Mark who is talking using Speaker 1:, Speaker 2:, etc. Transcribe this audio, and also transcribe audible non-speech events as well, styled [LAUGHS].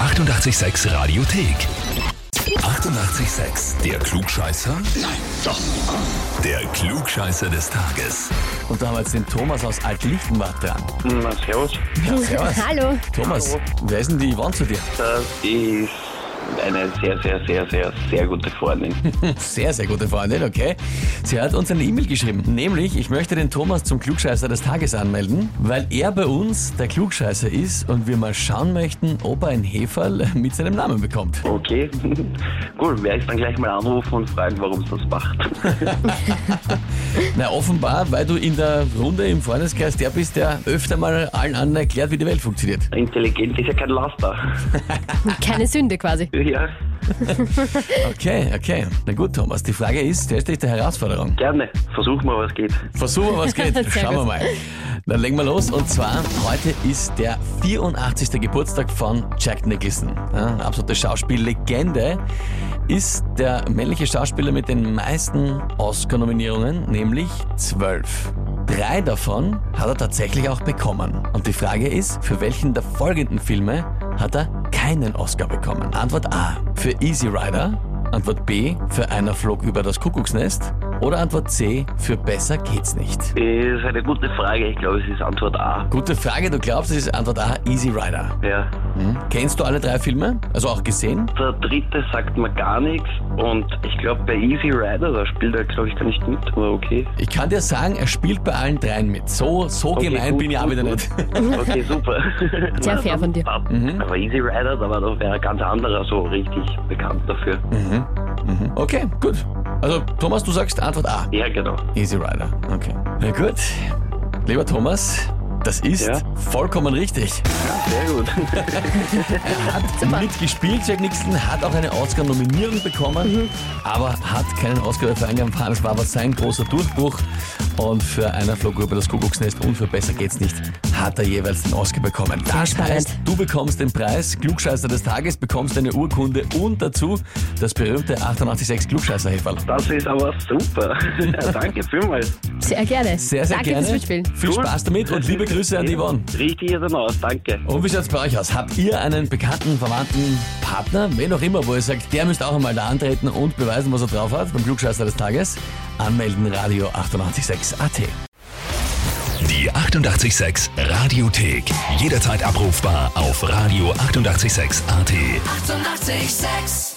Speaker 1: 886 Radiothek. 88,6. Der Klugscheißer? Nein, doch. Der Klugscheißer des Tages.
Speaker 2: Und da haben wir jetzt den Thomas aus Altlichtenbach dran.
Speaker 3: Na, servus.
Speaker 2: Ja, servus.
Speaker 4: Hallo.
Speaker 2: Thomas, wer ist denn die Yvonne zu dir? [LAUGHS]
Speaker 3: Das ist eine sehr, sehr, sehr, sehr, sehr gute Freundin.
Speaker 2: Sehr, sehr gute Freundin, okay. Sie hat uns eine E-Mail geschrieben, nämlich, ich möchte den Thomas zum Klugscheißer des Tages anmelden, weil er bei uns der Klugscheißer ist und wir mal schauen möchten, ob er ein Heferl mit seinem Namen bekommt.
Speaker 3: Okay. [LAUGHS] Gut, werde ich dann gleich mal anrufen und fragen, warum es das macht.
Speaker 4: [LAUGHS]
Speaker 2: Na, offenbar, weil du in der Runde im Freundeskreis der bist, der öfter mal allen anderen erklärt, wie die Welt funktioniert.
Speaker 3: Intelligent ist ja kein Laster.
Speaker 4: Keine Sünde quasi.
Speaker 3: Ja,
Speaker 2: Okay, okay. Na gut, Thomas, die Frage ist, stellst du dich der Herausforderung?
Speaker 3: gerne. Versuch mal, was geht.
Speaker 2: Versuchen wir, was geht.
Speaker 4: [LAUGHS] Sehr
Speaker 2: Schauen wir
Speaker 4: gut.
Speaker 2: mal. Dann legen wir los. Und zwar, heute ist der 84. Geburtstag von Jack Nicholson. Ja, eine absolute Schauspiellegende. Ist der männliche Schauspieler mit den meisten Oscar-Nominierungen, nämlich zwölf. Drei davon hat er tatsächlich auch bekommen. Und die Frage ist, für welchen der folgenden Filme hat er keinen Oscar bekommen? Antwort A. Für Easy Rider. Antwort B. Für einer flog über das Kuckucksnest. Oder Antwort C. Für besser geht's nicht.
Speaker 3: Ist eine gute Frage. Ich glaube, es ist Antwort A.
Speaker 2: Gute Frage, du glaubst, es ist Antwort A, Easy Rider.
Speaker 3: Ja.
Speaker 2: Hm? Kennst du alle drei Filme? Also auch gesehen?
Speaker 3: Der dritte sagt mir gar nichts und ich glaube, bei Easy Rider, da spielt er, glaube ich, gar nicht mit, aber okay.
Speaker 2: Ich kann dir sagen, er spielt bei allen dreien mit. So, so
Speaker 3: Okay,
Speaker 2: gemein
Speaker 3: gut,
Speaker 2: bin ich auch
Speaker 3: gut,
Speaker 2: wieder
Speaker 3: gut.
Speaker 2: nicht. [LAUGHS]
Speaker 4: [LAUGHS]
Speaker 3: Okay, super.
Speaker 4: Sehr fair von dir.
Speaker 3: Mhm. Aber Easy Rider, da war doch wer ganz anderer so richtig bekannt dafür.
Speaker 4: Mhm.
Speaker 2: Okay, gut. Also Thomas, du sagst Antwort A,
Speaker 3: Ja, genau.
Speaker 2: Easy Rider. Okay. Na gut. Lieber Thomas, das ist
Speaker 3: Ja?
Speaker 2: vollkommen richtig.
Speaker 3: Sehr gut. [LAUGHS]
Speaker 2: Hat mitgespielt, Jack Nixon, hat auch eine Oscar-Nominierung bekommen,
Speaker 4: Mhm.
Speaker 2: aber hat keinen Oscar dafür eingefahren. Es war aber sein großer Durchbruch und für einer flog über das Kuckucksnest und für besser geht's nicht, hat er jeweils den Oscar bekommen. Das
Speaker 4: spannend.
Speaker 2: heißt, du bekommst den Preis Klugscheißer des Tages, bekommst eine Urkunde und dazu das berühmte 886 klugscheißer -Häferl.
Speaker 3: Das ist aber super. [LAUGHS] Ja, danke vielmals.
Speaker 4: Sehr gerne.
Speaker 2: Sehr, sehr
Speaker 4: Danke
Speaker 2: gerne.
Speaker 4: fürs Mitspielen.
Speaker 2: Viel
Speaker 3: Cool.
Speaker 2: Spaß damit und liebe Grüße an die Yvonne.
Speaker 3: Richtig ist dann aus, danke.
Speaker 2: Und wie schaut's bei euch aus? Habt ihr einen bekannten, verwandten Partner, wen auch immer, wo ihr sagt, der müsste auch einmal da antreten und beweisen, was er drauf hat beim Klugscheißer des Tages? Anmelden Radio 886 AT.
Speaker 1: Die 88,6 Radiothek. Jederzeit abrufbar auf radio886.at. 88,6.
Speaker 5: Eighty-eight, sex.